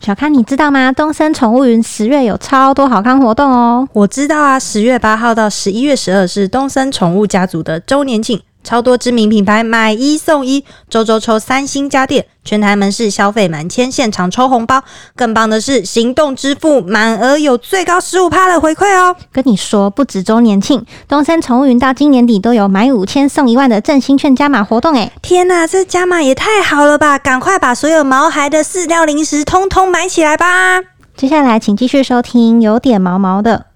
小康，你知道吗？东森宠物云十月有超多好康活动哦！我知道啊，十月八号到十一月十二是东森宠物家族的周年庆，超多知名品牌买一送一，周周抽三星家电，全台门市消费满千现场抽红包。更棒的是，行动支付满额有最高十五趴的回馈哦！跟你说，不止周年庆，东森宠物云到今年底都有买五千送一万的振兴券加码活动诶。天呐、这加码也太好了吧！赶快把所有毛孩的饲料、零食通通买起来吧！接下来请继续收听，有点毛毛的。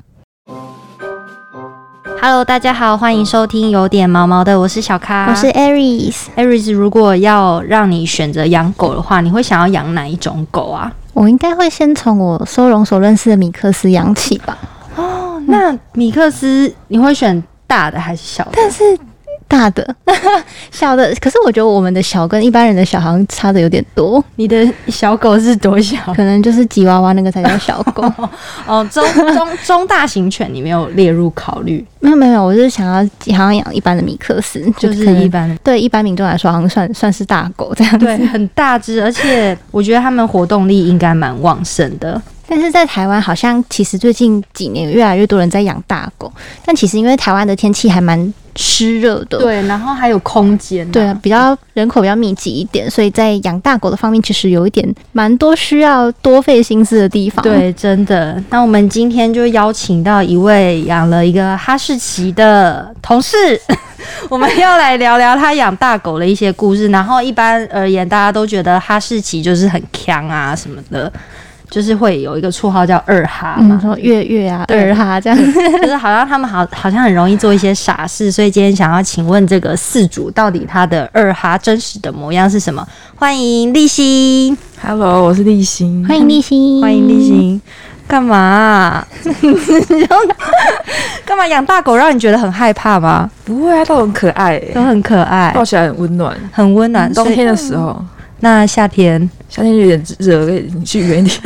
Hello，大家好，欢迎收听有点毛毛的，我是小咖，我是 Aries， Aries。如果要让你选择养狗的话，你会想要养哪一种狗啊？我应该会先从我收容所认识的米克斯养起吧，哦，那米克斯你会选大的还是小的？但是大的、 小的，可是我觉得我们的小跟一般人的小好像差的有点多，你的小狗是多小？可能就是吉娃娃那个才叫小狗。 哦，中中中大型犬你没有列入考虑， 没有没有没有，我就是想要好像养一般的米克斯，就是哦可能一般的。对一般民众来说好像算算是大狗这样子。对，很大只，而且我觉得它们活动力应该蛮旺盛的。但是在台湾，好像其实最近几年越来越多人在养大狗，但其实因为台湾的天气还蛮湿热的，对，然后还有空间、对啊，比较人口比较密集一点，所以在养大狗的方面，其实有一点蛮多需要多费心思的地方。，对，真的。那我们今天就邀请到一位养了一个哈士奇的同事， 我们要来聊聊他养大狗的一些故事。然后一般而言，大家都觉得哈士奇就是很强啊什么的，就是会有一个绰号叫二哈嗯，嘛。说月月啊、对二哈这样， 就是好像他们好好像很容易做一些傻事，所以今天想要请问这个饲主，到底他的二哈真实的模样是什么？欢迎立新， Hello，我是立新。欢迎立新， 欢迎立。新。干嘛啊、你要干嘛养大狗让你觉得很害怕吗？不会啊，都很可爱、欸，都很可爱抱，起来很温暖。很温暖。冬所以天的时候，那夏天夏天有点热，可以你去远一点。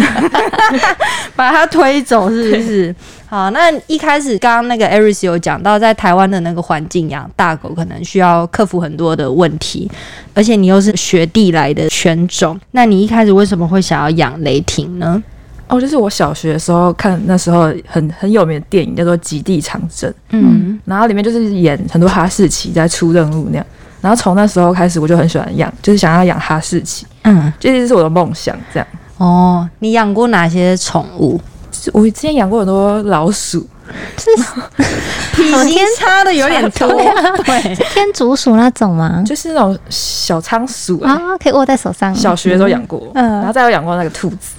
把它推走是不是？ 好，那一开始刚刚那个 Aris 有讲到，在台湾的那个环境养大狗可能需要克服很多的问题，而且你又是学地来的犬种，那你一开始为什么会想要养雷霆呢？哦，就是我小学的时候看那时候很很有名的电影叫做《极地长征》，嗯，然后里面就是演很多哈士奇在出任务那样。然后从那时候开始，我就很喜欢养，就是想要养哈士奇，嗯，这就是我的梦想。这样，哦，你养过哪些宠物？就是我之前养过很多老鼠，体型差的有点多，对，天竺鼠那种吗？就是那种小仓鼠、欸，啊，可以握在手上。小学都养过，嗯然后再有养过那个兔子，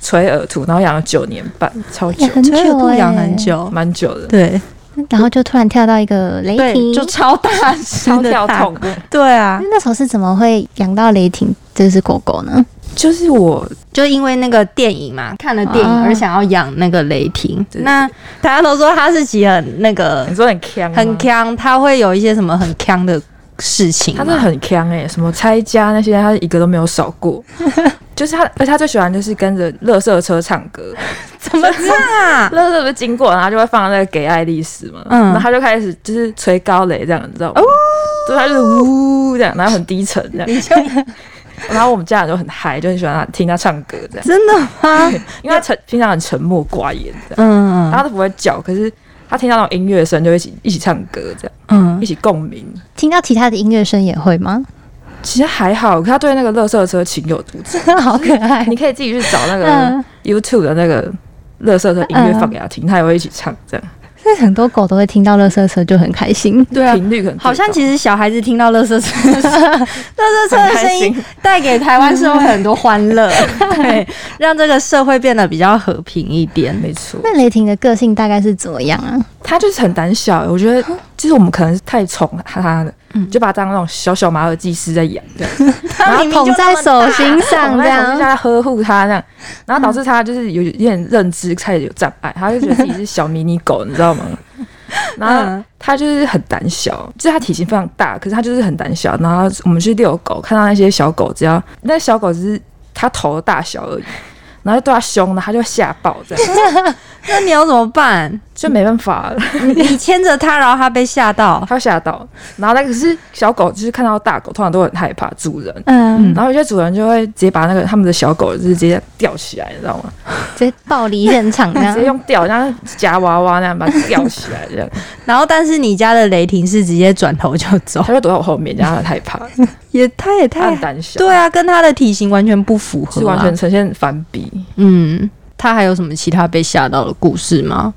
垂耳兔，然后养了九年半，超久也，很久、所以欸，兔养很，久，蛮久的，对然后就突然跳到一个雷对，霆，就超大只超的跳大痛狗，。对啊，那时候是怎么会养到雷霆这只狗狗呢？就是我就因为那个电影嘛，看了电影啊而想要养那个雷霆。对那大家都说哈士奇很那个你说很强吗，很强，它会有一些什么很强的事情他吗。真的很强哎、什么拆家那些，他一个都没有少 过。就是他，而且他最喜欢就是跟着乐色车唱 歌，怎么 这样啊？乐色不是经过，然后就会放那个给爱丽丝嘛，嗯哦然后他就开始就是吹高雷这样，你知道吗？对，他就是呜这样，然后很低沉这样。 然后我们家人就很嗨，就很喜欢他听他唱歌这样，真的 吗？因为他沉平常很沉默寡言这样，然嗯后他都不会叫，可是他听到那种音乐声就一起一起唱歌这样，嗯一，起共鸣。听到其他的音乐声也会吗？ 其实还好，可他对那个乐色车情有独钟。好可爱你可以自己去找那嗯个 YouTube 的那个乐色车音乐放给他听，他也会一起唱，这样所以很多狗都会听到垃圾车就很开心。对啊。频率可能好像实其实小孩子听到乐色车、乐 色车的声音，带给台湾社会很多欢 乐，对，让这个社会变得比较和平一点。没错，那雷霆的个性大概是怎么样啊？他就是很胆小。我觉得其实我们可能是太宠他了，就把他当那种小小马尔济斯在养， 这样他明明就捧在手心上这我们在手心样，下呵护他这样，然后导致他就是有有点认知开始有障碍，他就觉得自己是小迷你狗，你知 道吗？然后嗯他就是很胆小，就是他体型非常大，可是他就是很胆小。然后我们去遛狗，看到那些小狗，只要那小狗只是它头的大小而已，然后就对它凶，然后它就吓爆这样。那你要怎么办？就没办法了，你牵着它，然后它被吓到，它吓到。然后那个是小狗，就是看到大狗，通常都很害怕主人。嗯，然后有些主人就会直接把那个他们的小狗就是直接吊起来，你知道吗？直接暴离现场这啊 直接样。用吊，像夹娃娃那样把它吊起来，这样。然后但是你家的雷霆是直接转头就走，它就躲在我后面，然后它很害怕， 也它也它太很胆 小，对啊，跟它的体型完全不符合、啊，是完全呈现反比。嗯。它还有什么其他被吓到的故事吗？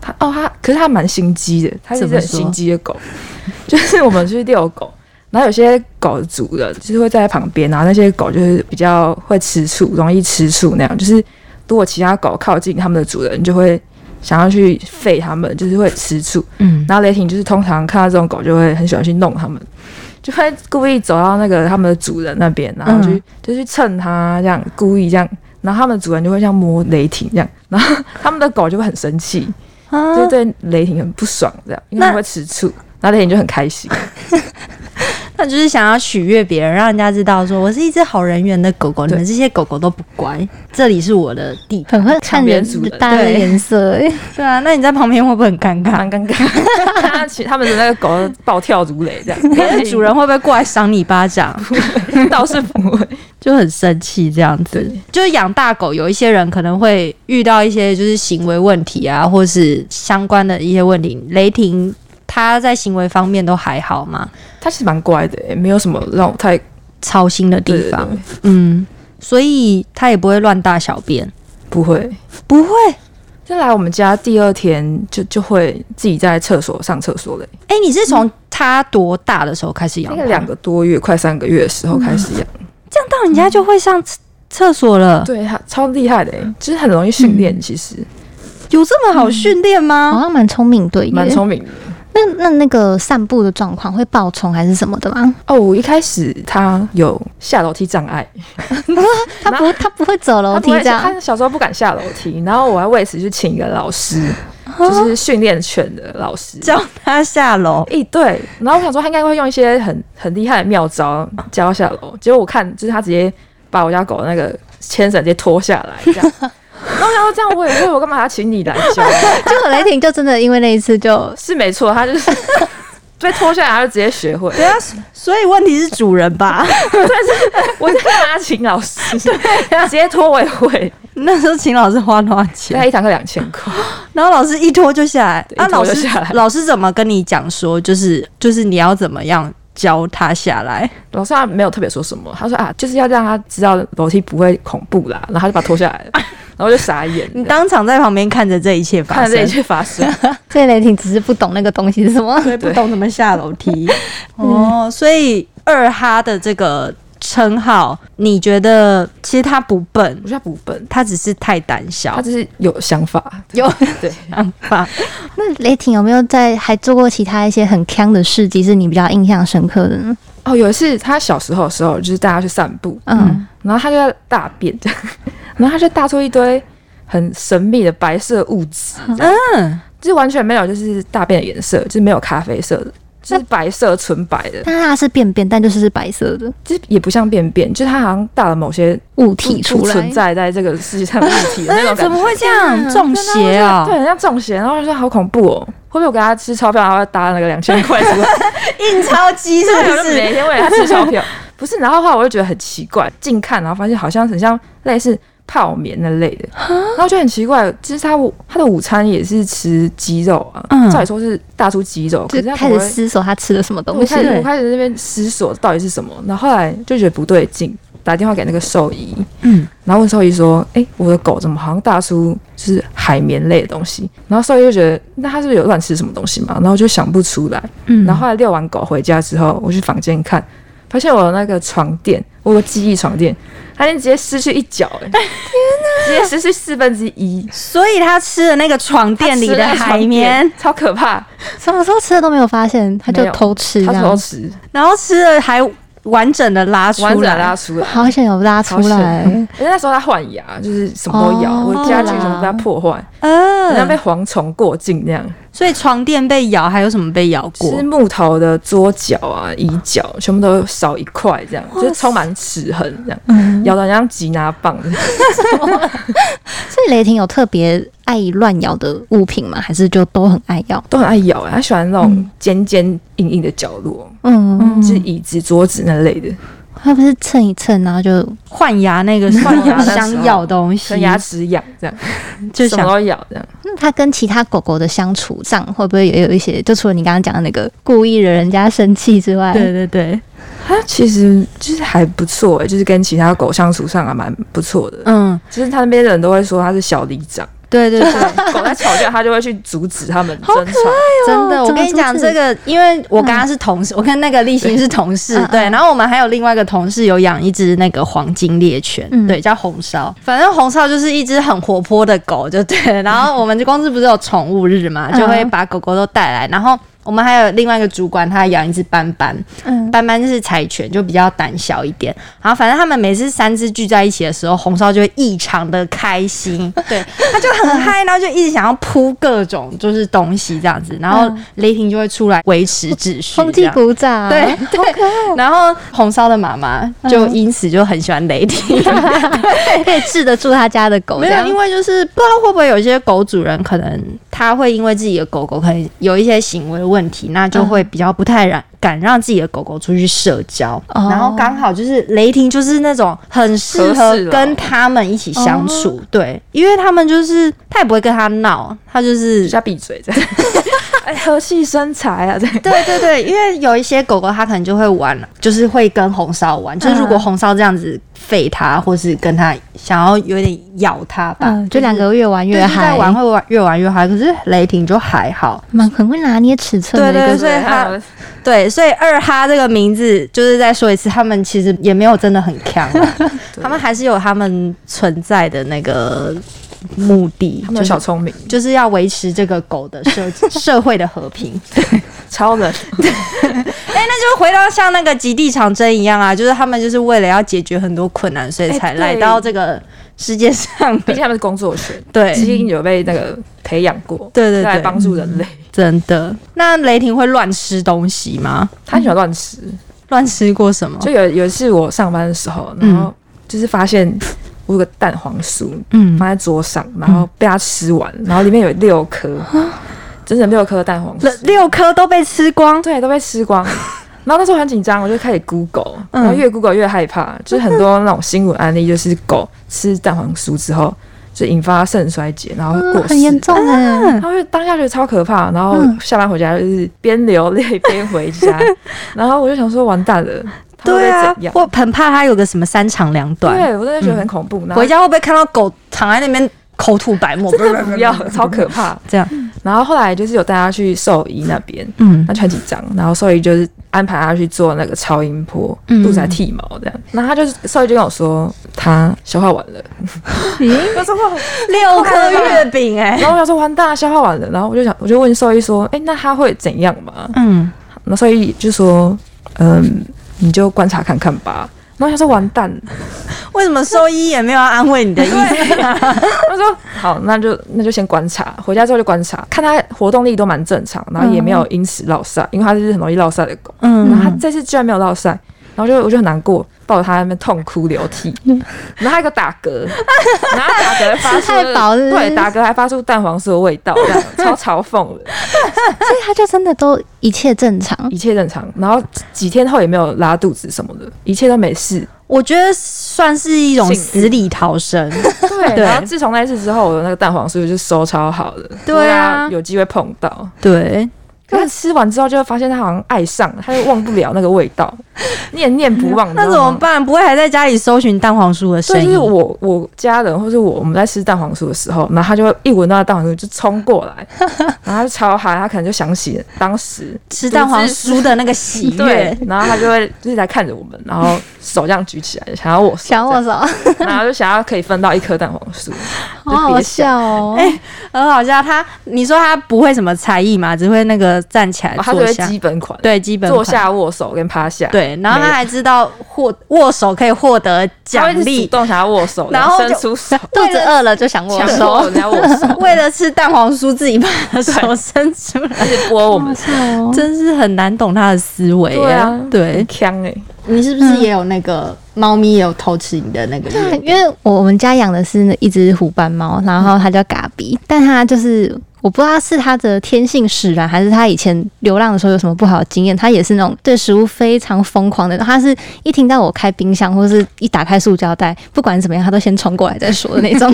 它哦，它可是它蛮心机的，它是一只怎么很说心机的狗。 就是我们去遛狗，然后有些狗的主人就是会在旁边，然后那些狗就是比较会吃醋，容易吃醋那样。就是如果其他狗靠近它们的主人，就会想要去吠它们，就是会吃醋。嗯，然后雷霆就是通常看到这种狗就会很喜欢去弄它们，就会故意走到那个它们的主人那边，然嗯后去、就去蹭它，这样故意这样。然后它们主人就会像摸雷霆这样，然后它们的狗就会很生气，啊就对雷霆很不爽这样，因为那它们会吃醋。然后雷霆就很开心，他就是想要取悦别人，让人家知道说我是一只好人缘的狗狗，你对们这些狗狗都不乖，这里是我的地盘。很会看人抢别人主人大家的对颜色、欸，对啊，那你在旁边会不会很尴尬？ 蛮啊尴尬。他 其他们的那个狗暴跳如雷这样，你的主人会不会过来赏你巴掌？倒是不会。就很生气这样子。就是养大狗，有一些人可能会遇到一些就是行为问题啊，或是相关的一些问题。雷霆他在行为方面都还好嘛，它其实蛮乖的、欸也没有什么让我太操心的地方，对对对嗯，所以他也不会乱大小便，不会。不会。就来我们家第二天就就会自己在厕所上厕所嘞，哎、你是从他多大的时候开始养那它？个两嗯个多月快三个月的时候开始养，这样到你家就会上厕厕所了，对它超厉害的欸，就是很容易训练，其实有这么好嗯训练好啊吗？像蛮聪明对耶哦蛮聪明的。那那那个散步的状况会爆冲还是什么的吗？哦，我一开始它有下楼梯障碍，他不 会，他不会走楼它梯不会这样。它小时候不敢下楼梯，然后我还为此去请一个老师，啊就是训练犬的老师。叫他下楼，诶、对，然后我想说他应该会用一些很很厉害的妙招教它下楼，结果我看就是他直接把我家狗的那个牵绳直接脱下来，这样。然后我想说这样我也会，我干嘛还要请你来教？，结果雷霆 就真的因为那一次就是没错，他就是 被脱下来，他就直接学会。对啊，所以问题是主人 吧？我在干嘛要请老师？啊直接脱我也会。那时候秦老师花多少大钱概？一堂课两千块，然后老师一拖就下来，对啊，一老拖就师下来老师怎么跟你讲说，就是就是你要怎么样教他下来？老师他没有特别说什么，他说啊，就是要让他知道楼梯不会恐怖啦，然后他就把它脱下来了，然后我就傻眼你了，当场在旁边看着这一切发嗯看着生，这一 切发生，所以雷霆只是不懂那个东西是什么。对，不懂怎么下楼 梯。嗯哦，所以二哈的这个称号，你觉得其实他不笨我，觉得他不笨，他只是太胆他小，就是有想法，有对。想 法。那雷霆有没有在还做过其他一些很坑的事迹是你比较印象深刻的呢？哦，有一次他小时候的时候，就是带他去散步，嗯，然后他就在大便， 这样然后他就大出一堆很神秘的白色物质，嗯，就是完全没有就是大便的颜色，就是没有咖啡色的，就是白色纯白的，但它是便便，但就是是白色的就是也不像便便，就是它好像大了某些物不体出不来存。在在这个世界上的物体的 那种感怎觉。么会这天样啊中邪啊对，？很像中邪，然后我就说好恐怖哦，会不会我给他吃钞票，然后搭那个两千块什 么？印钞机是对，啊不？我就是每天为了他吃钞票，不是。然后的话，我就觉得很奇怪，近看然后发现好像很像类似泡棉那类的，然后就很奇怪，就是他他的午餐也是吃鸡肉啊，嗯照理说是大出鸡肉，可就是他开不始会思索他吃了什么我东西开，始对我开始在那边思索到底是什么，然后后来就觉得不对劲，打电话给那个兽医，嗯，然后问兽医说：“哎、我的狗怎么好像大出就是海绵类的东西？”然后兽医就觉得那它是不是有乱吃什么东西嘛？然后就想不出来。嗯然后后来遛完狗回家之后，我去房间看，发现我的那个床垫，我有个记忆床垫，它已经直接失去一角、哎，天哪，直接失去四分之一。所以他吃了那个床垫里的它吃那个海床绵垫，超可怕，什么时候吃的都没有发现，他就没有偷吃这它偷样，吃，然后吃了还完整的拉出完整来，地拉出来。好险有拉出好来。因为那时候他换牙，就是什么都咬，哦我家具什么都被他破坏，嗯、好像被蝗虫过境那样。所以床垫被咬，还有什么被咬过是？木头的桌角啊、椅角，全部都少一块，这样就是充满齿痕，这样、咬到像吉拿棒这样。所以雷霆有特别爱乱咬的物品吗？还是就都很爱咬？都很爱咬、欸，他喜欢那种尖尖硬硬的角落，嗯，就是椅子、桌子那类的，他不是蹭一蹭，然后就换牙那个时候换牙的时候想咬东西跟，牙齿痒这 样，就什么想都咬这样。那它跟其嗯他狗狗的相处上，会不会也有一些？就除了你刚刚讲的那个故意惹人家生气之外，对对对，他其实就是还不错、欸，就是跟其他狗相处上还蛮不错的。嗯，就是他那边的人都会说他是小里长，对对对。 狗在吵架，他就会去阻止他们争吵。真的，哦我怎么跟你讲阻止这个，因为我跟他是同事，我跟那个立新是同事嗯，嗯对。然后我们还有另外一个同事有养一只那个黄金猎犬，嗯对，叫红烧。反正红烧就是一只很活泼的狗，就对 了。然后我们公司不是有宠物日嘛，嗯就会把狗狗都带来。然后我们还有另外一个主管，他养一只斑斑，嗯，斑斑就是柴犬，就比较胆小一点。然后反正他们每次三只聚在一起的时候，红烧就会异常的开心，对，他就很嗨，然后就一直想要扑各种就是东西这样子，然后雷霆就会出来维持秩 序，风纪。鼓掌，对， 对，然后红烧的妈妈就因此就很喜欢雷霆，可以治得住他家的狗，没这有，啊样因为就是不知道会不会有一些狗主人可能他会因为自己的狗狗可能有一些行为问题，那就会比较不太敢敢让自己的狗狗出去社交。哦然后刚好就是雷霆就是那种很适合合适哦跟他们一起相处，哦对，因为他们就是他也不会跟他闹，他就是就叫闭嘴这样。 哎，和气生财啊，这样。对对对，因为有一些狗狗它可能就会玩，就是会跟红烧嗯玩，就是如果红烧这样子吠它，或是跟它想要有点咬它吧，嗯，就两个越玩越对，嗨，在玩会玩越玩越嗨，可是雷霆就还好。蛮很会拿捏尺寸的一对个所以他啊对，所以二哈这个名字就是再说一次，他们其实也没有真的很强 啊，他们还是有他们存在的那个目的，他们就有是小聪明，就是要维持这个狗的 社社会的和平。超人。那就回到像那个极地长征一样啊，就是他们就是为了要解决很多困难，所以哎才对来到这个世界上毕 的。竟他们是工作犬，对，基因有被那个培养过，对对来对，帮助人类。真的。那雷霆会乱吃东西吗？他很喜欢乱吃，乱吃过什么？就有有一次我上班的时候，然后就是发现我有个蛋黄酥嗯放在桌上，然后被他吃完，然后里面有六颗，整整六颗蛋黄酥六，六颗都被吃光， 对，都被吃光。然后那时候很紧张，我就开始 Google，然后越 Google 越害怕，就是很多那种新闻案例，就是狗吃蛋黄酥之后就引发肾衰竭，然后过嗯，世。很严重哎，然后就当下觉得超可怕，然后下班回家就是边流泪边回家，然后我就想说完蛋了，他会对不会啊怎，样？我很怕它有个什么三长两短，对我真的觉得很恐怖，然后回家会不会看到狗躺在那边口吐白沫？不要超可怕。这样，然后后来就是有带他去兽医那边，嗯他就很紧张，然后兽医就是安排他去做那个超音波，嗯肚子还剃毛这样。然后他就是兽医就跟我说他消化完了， 我说哇六颗月饼哎、然后我想说完蛋，消化完了。然后我就想，我就问兽医说，哎、那他会怎样嘛？嗯，那所以就说，嗯，你就观察看看吧。然后他说完蛋，为什么兽医也没有要安慰你的意思、啊？他说好，那就那就先观察，回家之后就观察，看他活动力都蛮正常，然后也没有因此落晒，因为他是很容易落晒的狗，然后他嗯，这啊次居然没有落晒，然后就我就很难过，抱着他在那边痛哭流 涕，然后他有个打嗝，然后他打嗝还发吃 太饱出是不是对打嗝还发出蛋黄酥的味道，这 样超嘲讽的，所以他就真的都一切正常，一切正常，然后几天后也没有拉肚子什么的，一切都没事，我觉得算是一种幸运死里逃生。对，对然后自从那一次之后，我的那个蛋黄酥就收超好的，对啊就让有机会碰到。对，可是吃完之后，就会发现他好像爱上了，他就忘不了那个味道，念念不忘。 那你怎知道么吗？办？不会还在家里搜寻蛋黄酥的声对，音？就是我我家人或是我我们在吃蛋黄酥的时候，然后他就会一闻到蛋黄酥就冲过来，然然后它就超嗨，它可能就想起当时吃蛋黄酥的那个喜对悦，，然后它就会就是来看着我们，然后手这样举起来，想要我手，想我手，然后就想要可以分到一颗蛋黄酥，好好笑 哦。哎很好笑。他你说他不会什么才艺嘛，只会那个站起来然后哦它坐就会下，基本款，对，基本坐款。下握手跟趴下，，对，然后他还知道获握手可以获得它奖会一直主励，动想要握手，然后就伸出手，肚子饿了就想我强手，迫人家握手，为了吃蛋黄酥自己 把手伸出来，一直拨我们，真是很难懂他的思维耶。对啊，哦对很，呛哎，你是不是也有那个猫咪也有偷吃你的那个对月？ 因为我我们家养的是一只虎斑猫，然后它叫嘎比，但它就是我不知道是它的天性使然，还是它以前流浪的时候有什么不好的经验，它也是那种对食物非常疯狂的。它是一听到我开冰箱或是一打开塑胶袋，不管怎么样，它都先冲过来再说的那种。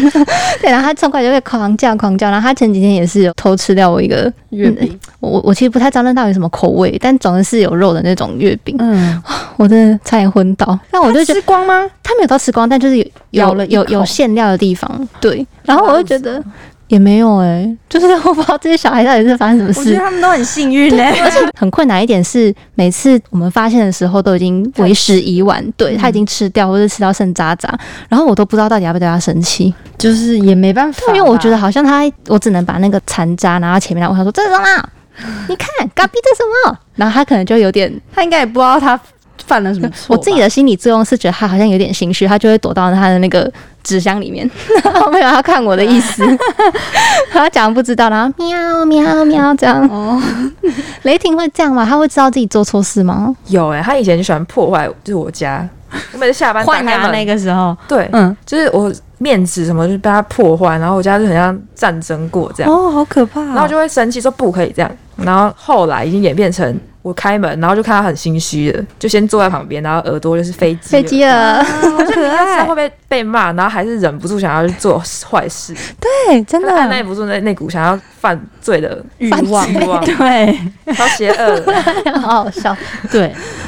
对，然后它冲过来就会狂叫狂叫，然后它前几天也是有偷吃掉我一个嗯月饼我我我其实不太知道那到底什么口味，但总之是有肉的那种月饼，嗯，我真的差点昏倒。但我就觉得吃光吗？他没有到吃光，但就是有有咬了一有口有馅料的地方。对，然后我就觉得也没有哎、就是我不知道这些小孩到底是发生什么我觉得事。他们都很幸运欸呢。 而且很困难一点是，每次我们发现的时候都已经为时已晚，对他已经吃掉或者吃到剩渣渣，然后我都不知道到底要不要对他生气，就是也没办法啦，因为我觉得 好像他，我只能把那个残渣拿到前面来，我想说这是什么？啊你看，嘎逼这是什 么？然后他可能就有点他应该也不知道他犯了什么错我吧。自己的心理作用是觉得他好像有点心虚，他就会躲到他的那个纸箱里面， 然后没有要看我的意 思，他讲不知道，然后喵喵喵这样。哦，雷霆会这样吗？他会知道自己做错事吗？有哎，它以前就喜欢破坏，就是我家，我每次下班打换开牙那门，个时候，对，嗯，就是我面子什么就被它破坏，然后我家就很像战争过这样。哦，好可怕哦。然后就会生气说不可以这样。然后后来已经演变成我开门，然后就看他很心虚了，就先坐在旁边，然后耳朵就是飞机了，飞机啊 了，好可他爱会，被被骂，然后还是忍不住想要去做坏事，对，哎真的按耐不住那那股想要犯 罪的欲望，欲望对。超邪恶的。好好笑。 对，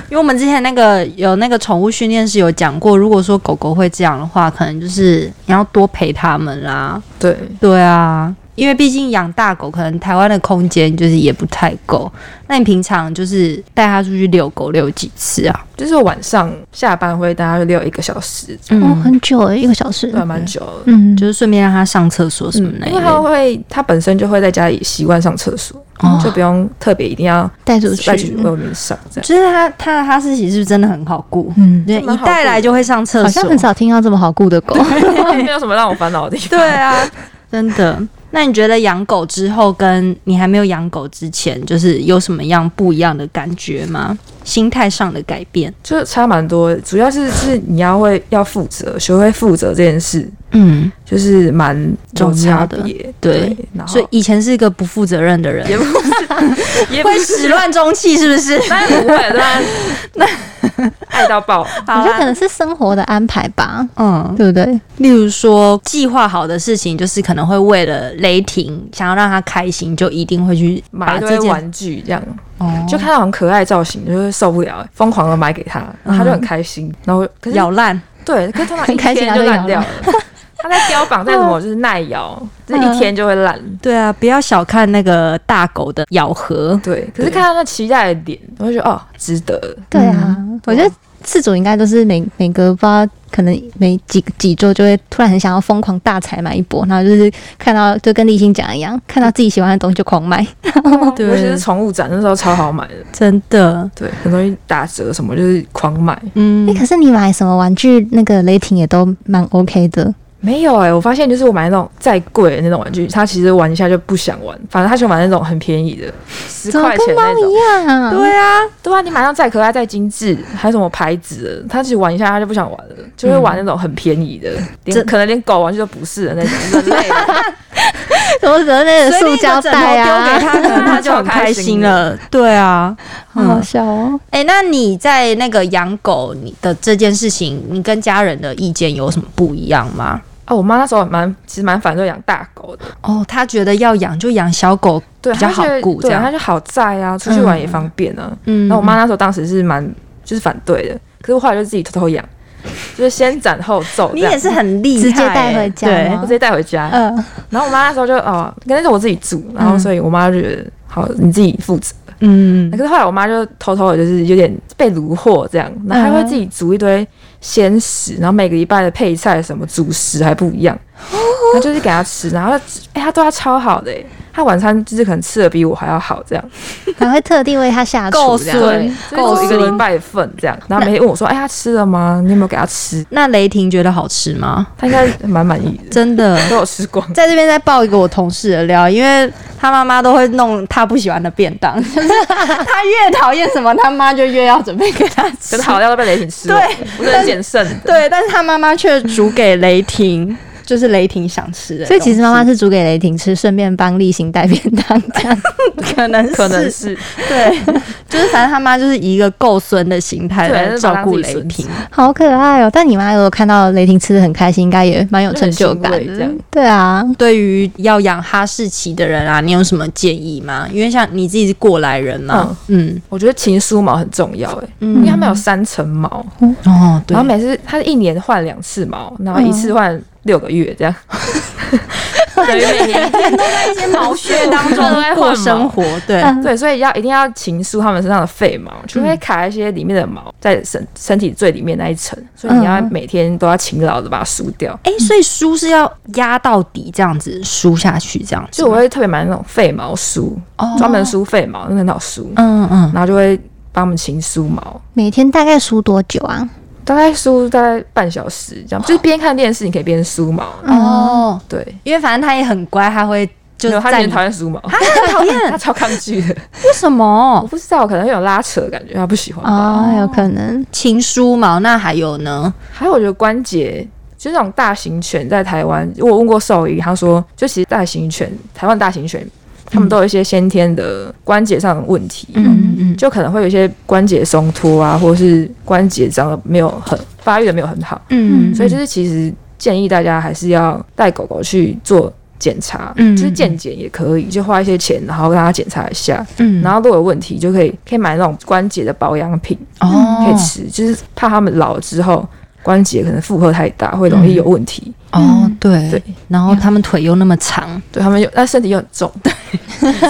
因为我们之前那个有那个宠物训练师有讲过，如果说狗狗会这样的话，可能就是你要多陪它们啦。对，对啊，因为毕竟养大狗，可能台湾的空间就是也不太够。那你平常就是带它出去遛狗遛几次啊？就是我晚上下班会带他去遛一个小时，嗯哦，，很久诶，一个小时对，。蛮久了。嗯，啊就是顺便让它上厕所什么嗯，那一因类为的他会，他本身就会在家里习惯上厕所，哦就不用特别一定要带出去再。去外面上 这样。就是它它的哈士奇是不是真的很好顾？嗯，对，蛮一好带来顾就会上厕所，好像很少听到这么好顾的狗。啊 没有什么让我烦恼的地方。 对啊，真的。那你觉得养狗之后，跟你还没有养狗之前，就是有什么样不一样的感觉吗？心态上的改变？就是差蛮多的，主要是是你要会要负责，学会负责这件事，嗯，就是蛮有差别重要对对，然后所以以前是一个不负责任的人，也不是也不会 是始，乱终弃，是不 是？当然不会，当然 爱到爆。我 好觉得可啦，能是生活的安排吧，嗯，对不对？例如说计划好的事情，就是可能会为了雷霆想要让他开心，就一定会去买把一这堆件，玩具这样，哦就看到很可爱的造型，就会受不了，疯狂的买给他，然后他就嗯很开心。然后可是咬烂，对，可是通常很一开心啊然天后就就烂咬掉了。他在标榜在什 么就是耐咬，这一天就会烂。对啊，不要小看那个大狗的咬合，对，可是看到那期待的脸，我就觉得哦，值得。对啊，我觉得事主应该都是每每隔不知道可能每几几周就会突然很想要疯狂大采买一波，然后就是看到就跟立新讲一样，看到自己喜欢的东西就狂买。对尤其是宠物展那时候超好买的，真的，对，很容易打折什么，就是狂买。嗯哎、可是你买什么玩具，那个雷霆也都蛮 OK 的。没有哎、我发现就是我买那种再贵的那种玩具，他其实玩一下就不想玩，反正他喜欢买那种很便宜的，十怎么块钱跟猫那一种。样？对啊，对啊，你买那种再可爱、再精致，还有什么牌子的，他其实玩一下他就不想玩了，就会玩那种很便宜的，这连可能连狗玩具都不是的那种，人类的什么的那个塑胶袋随便一个枕头丢给啊，他，可能 他就很开心了。对啊，好好嗯，笑哦。哎、那你在那个养狗你的这件事情，你跟家人的意见有什么不一样吗？啊，我妈那时候蛮其实蛮反对养大狗的，哦，他觉得要养就养小狗，对，比较她觉得好顾这对，样她就好在啊，出去玩也方便啊。嗯那我妈那时候当时是蛮就是反对的，可是我后来就自己偷偷养，就是先斩后奏。你也是，很厉害、直接带回家对吗我直接带回家。嗯、然后我妈那时候就哦，可能是我自己住，然后所以我妈就觉得好，你自己负责。嗯可，是后来我妈就偷偷的，就是有点被虏获这样，然后她会自己煮一堆鲜食，然后每个礼拜的配菜什么主食还不一样，她就是给她吃，然后她哎、她对她超好的、欸，她晚餐就是可能吃的比我还要好这样，还会特地为他下厨够这损样。对，就是煮一个礼拜份这样，然后每天问我说，哎、她吃了吗？你有没有给她吃？那雷霆觉得好吃吗？她应该蛮满意的，真的，都有吃光。在这边再爆一个我同事的料，因为他妈妈都会弄他不喜欢的便当，就是他越讨厌什么，他妈就越要准备给他吃 可是。好料都被雷霆吃完了，我真的减剩的。对，但是他妈妈却煮给雷霆， 就是雷霆想吃的东西。所以其实妈妈是煮给雷霆吃，顺便帮立行带便当这样。 可能是可能是对，就是反正他妈就是以一个够孙的心态对来就是照把他顾自己雷孙霆。好可爱哦！但你妈如果看到雷霆吃的很开心，应该也蛮有成就感就很欣慰这的样。对啊，对于要养哈士奇的人啊，你有什么建议吗？因为像你自己是过来人嘛、嗯，我觉得情梳毛很重要、欸，因为他们有三层毛，哦，对然后每次他一年换两次毛，然后一次换六个月这样，等于每年在一些毛屑当都在中换过毛生活，对，嗯嗯对，所以要一定要勤梳他们身上的废毛，除非卡一些里面的毛在身身体最里面那一层，所以你要每天都要勤劳的把它梳掉。哎、所以梳是要压到底这样子梳下去，这样子哦就我会特别买那种废毛梳，专、门梳废毛，那个很好梳，嗯嗯，然后就会帮他们勤梳毛。每天大概梳多久啊？大概梳大概半小时这样，就是边看电视你可以边梳毛，哦，对，因为反正他也很乖，他会就嗯没有是他在很你讨厌梳毛，他很讨厌啊 他超抗拒的。为什我么不知道，可能有拉扯的感觉，他不喜欢吧。哦，有可能。情梳毛？那还有呢？还有我觉得关节，就是那种大型犬在台湾，我问过兽医，他说，就其实大型犬，台湾大型犬，他们都有一些先天的关节上的问题，嗯嗯，就可能会有一些关节松脱啊，或者是关节长得没有很发育的没有很好，嗯所以就是其实建议大家还是要带狗狗去做。检查，嗯就是健检也可以，就花一些钱，然后让它检查一下，嗯然后如果有问题就可以可以买那种关节的保养品，哦可以吃，就是怕他们老了之后关节可能负荷太大，会容易有问题。哦，嗯对对，然后他们腿又那么长，对他们又，但身体又很重，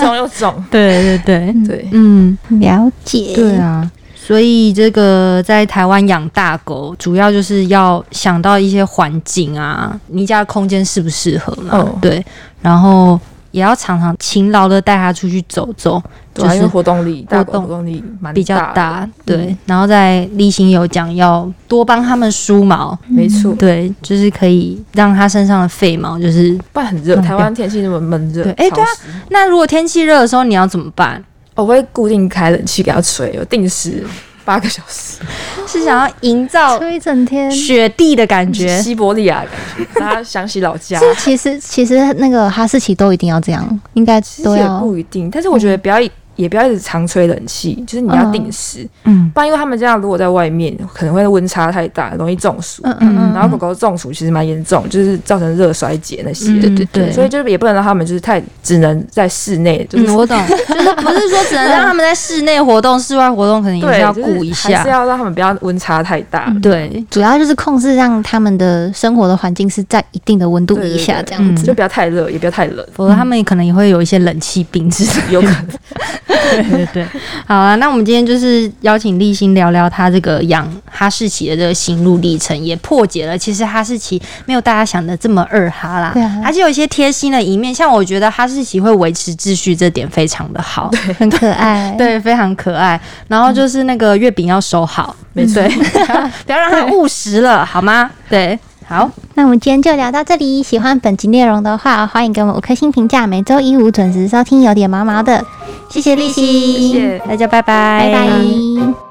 重又重。对对对，对，嗯，了解。对啊。所以这个在台湾养大狗，主要就是要想到一些环境啊，你家的空间适不适合嘛？哦对，然后也要常常勤劳的带它出去走走，对就啊，因为是活动力，大活狗动活动力蛮比较大的，大。嗯对，然后在例行有讲要多帮它们梳毛，没错，对，就是可以让它身上的废毛就是不然很热。弄台湾天气那么闷热，对哎对啊潮湿，那如果天气热的时候，你要怎么办？我会固定开冷气给它吹，有定时八个小时，是想要营造哦吹一整天。雪地的感觉，西伯利亚的感觉，大家想起老 家。这其实其实那个哈士奇都一定要这样，应该其实都也啊要。不一定，但是我觉得嗯不要一。也不要一直常吹冷气，就是你要定时，嗯不然因为他们这样如果在外面，可能会温差太大，容易中暑。嗯嗯嗯，然后狗狗中暑其实蛮严重，就是造成热衰竭那些。嗯对对所以就是也不能让他们就是太只能在室内，就是、嗯，我懂，就是不是说只能让他们在室内活动，室外活动可能也对，是要就是顾一还下嗯是。要让他们不要温差太大。对，主要就是控制让他们的生活的环境是在一定的温度对对以对嗯下，这样子。就不要太热，也不要太冷，否则他们可能也会有一些冷气病之类有可能。的。对对对，好啊，那我们今天就是邀请立新聊聊他这个养哈士奇的这个心路历程，也破解了其实哈士奇没有大家想的这么二哈啦对啊，还是有一些贴心的一面。像我觉得哈士奇会维持秩序，这点非常的好。很可 爱。对，非常可爱。然后就是那个月饼要收好，没嗯错对， 不要让它误食了，好吗？对，好，那我们今天就聊到这里。喜欢本集内容的话，欢迎给我们五颗星评价。每周一五准时收听，有点毛毛的，谢谢丽西，谢谢大家拜拜，拜拜。